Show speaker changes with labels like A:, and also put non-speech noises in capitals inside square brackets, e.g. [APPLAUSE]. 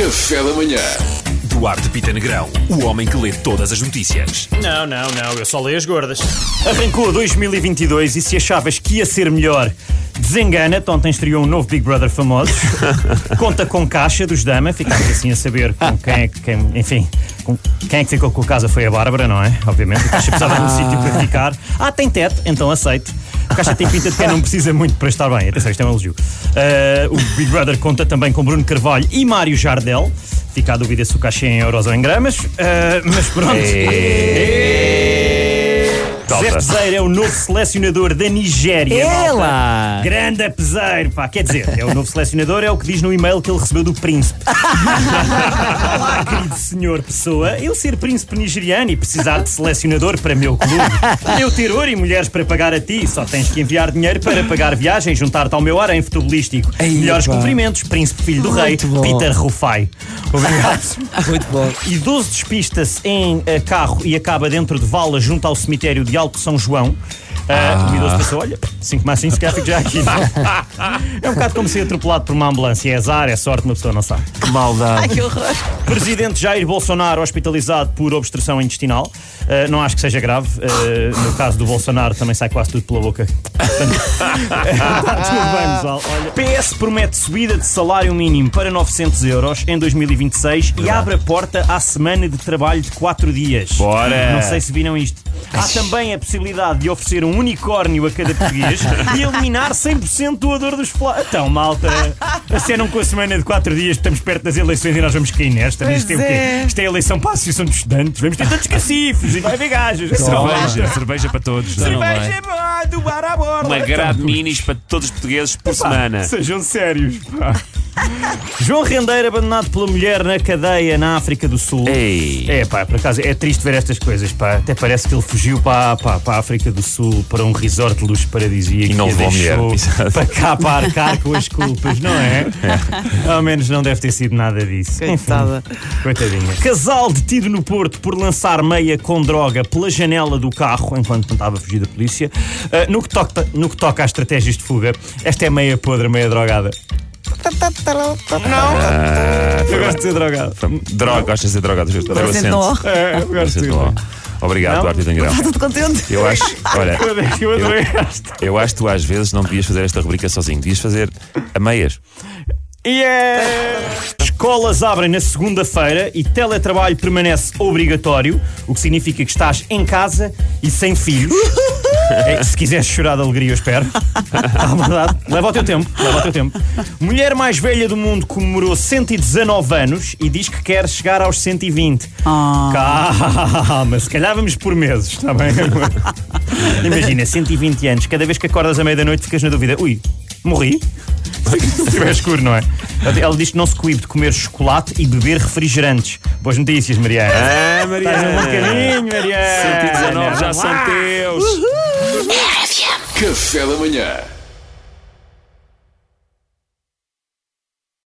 A: Café da manhã.
B: Duarte Pita Negrão, o homem que lê todas as notícias.
C: Não, não, não, eu só leio as gordas.
D: Arrancou 2022 e se achavas que ia ser melhor, desengana-te. Ontem estreou um novo Big
C: [LAUGHS]
D: Brother famoso. Conta com caixa dos Dama. Ficaste assim a saber com quem é que. Quem, enfim, com- quem é que ficou com a casa foi a Bárbara, não é? Obviamente, a caixa precisava de um sítio para ficar. Ah, tem teto, então aceito. A caixa tem pinta de quem não precisa muito para estar bem. Atenção, isto é um elogio. Ah, o Big Brother conta também com Bruno Carvalho e Mário Jardel. Fica a dúvida se o caixa é em euros ou em gramas, ah, mas pronto.
C: É.
E: É.
D: Zé
B: Tota.
D: Peseiro é o novo selecionador da Nigéria. malta.
E: Ela!
D: Grande Peseiro, pá. Quer dizer, é o novo selecionador, é o que diz no e-mail que ele recebeu
E: [LAUGHS]
D: do príncipe. Olá, querido senhor Pessoa. Eu ser príncipe nigeriano e precisar de selecionador para meu clube. Eu ter ouro e mulheres para pagar a ti. Só tens que enviar dinheiro para pagar viagem e juntar-te ao meu harém futebolístico.
E: Ei,
D: Melhores
E: pá.
D: cumprimentos, príncipe filho do rei,
E: Muito bom.
D: Peter Rufai. Obrigado.
E: Muito bom.
D: Idoso despista-se em eh, carro e acaba dentro de vala junto ao cemitério de Alto São João. Ah, O idoso pensou: olha, 5 mais 5, se calhar fico já aqui.
B: [LAUGHS]
D: é um bocado como ser atropelado por uma ambulância. É azar, é sorte, uma pessoa não sabe.
B: Que maldade.
D: Presidente Jair Bolsonaro hospitalizado por obstrução intestinal. Ah, não acho que seja grave. Ah, no caso do Bolsonaro também sai quase tudo pela boca. Está Ah, tudo
B: Ah.
D: bem, pessoal. Olha, PS promete subida de salário mínimo para 900 euros em 2026 e abre a porta à semana de trabalho de 4 dias.
B: Bora.
D: Não sei se viram isto. Há também a possibilidade de oferecer um unicórnio a cada
B: [LAUGHS]
D: português e eliminar 100% do odor dos flocos. Então, malta, acenam com a semana de 4 dias, estamos perto das eleições e nós vamos cair nesta. Isto é, o quê? Isto é a eleição para a Associação dos Estudantes. Vamos ter
B: [LAUGHS]
D: tantos cacifos e vai ver gajos.
B: Cerveja, cerveja para todos.
D: Cerveja pá, do bar à borda.
B: Uma grade minis para todos os portugueses por
D: [LAUGHS]
B: semana.
D: Sejam sérios. pá. João Rendeiro abandonado pela mulher na cadeia na África do Sul.
B: Ei.
D: É pá, por acaso é triste ver estas coisas, pá. Até parece que ele fugiu para, para, para a África do Sul, para um resort de luxo paradisíaco.
B: E não
D: a
B: levou a mulher,
D: deixou
B: exato.
D: Para cá, para arcar com as culpas, não
B: [LAUGHS]
D: é? Ao menos não deve ter sido nada disso.
E: Coitada.
D: Enfim, coitadinha. Casal detido no Porto por lançar meia com droga pela janela do carro enquanto tentava fugir da polícia. Ah, no, que toca, no que toca a estratégias de fuga, esta é meia podre, meia drogada. Não! Eu gosto de ser drogada.
B: Droga, gostas de droga? Droga
E: Sente no
B: sente.
D: É, eu gosto de
B: Sente
D: ser
B: no ó.
D: drogada.
B: Obrigado,
D: Não?
B: Duarte Pita Negrão.
E: Tudo contente?
B: Eu acho, olha,
D: Eu adorei esta.
B: eu acho que tu às vezes não devias fazer esta rubrica sozinho, devias fazer a meias.
D: é! Escolas abrem na segunda-feira e teletrabalho permanece obrigatório, o que significa que estás em casa e sem filhos. É, se quiseres chorar de alegria, eu espero. Ah, verdade. Leva o teu tempo, leva o teu tempo. Mulher mais velha do mundo comemorou 119 anos e diz que quer chegar aos 120. Calma, se calhar vamos por meses, está bem? Imagina, 120 anos, cada vez que acordas à meia-noite ficas na dúvida. Ui, morri? [LAUGHS] Se estiver escuro, não é? Ela diz que não se coíbe de comer chocolate e beber refrigerantes. Boas notícias, Mariana.
B: Ah,
D: Estás num bom caminho, Mariana.
B: 119 já são teus.
A: Café da manhã.